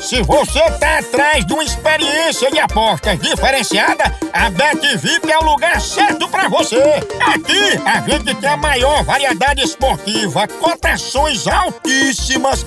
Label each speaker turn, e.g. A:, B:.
A: Se você tá atrás de uma experiência de apostas diferenciada, a BetVip é o lugar certo pra você. Aqui a gente tem a maior variedade esportiva, cotações altíssimas,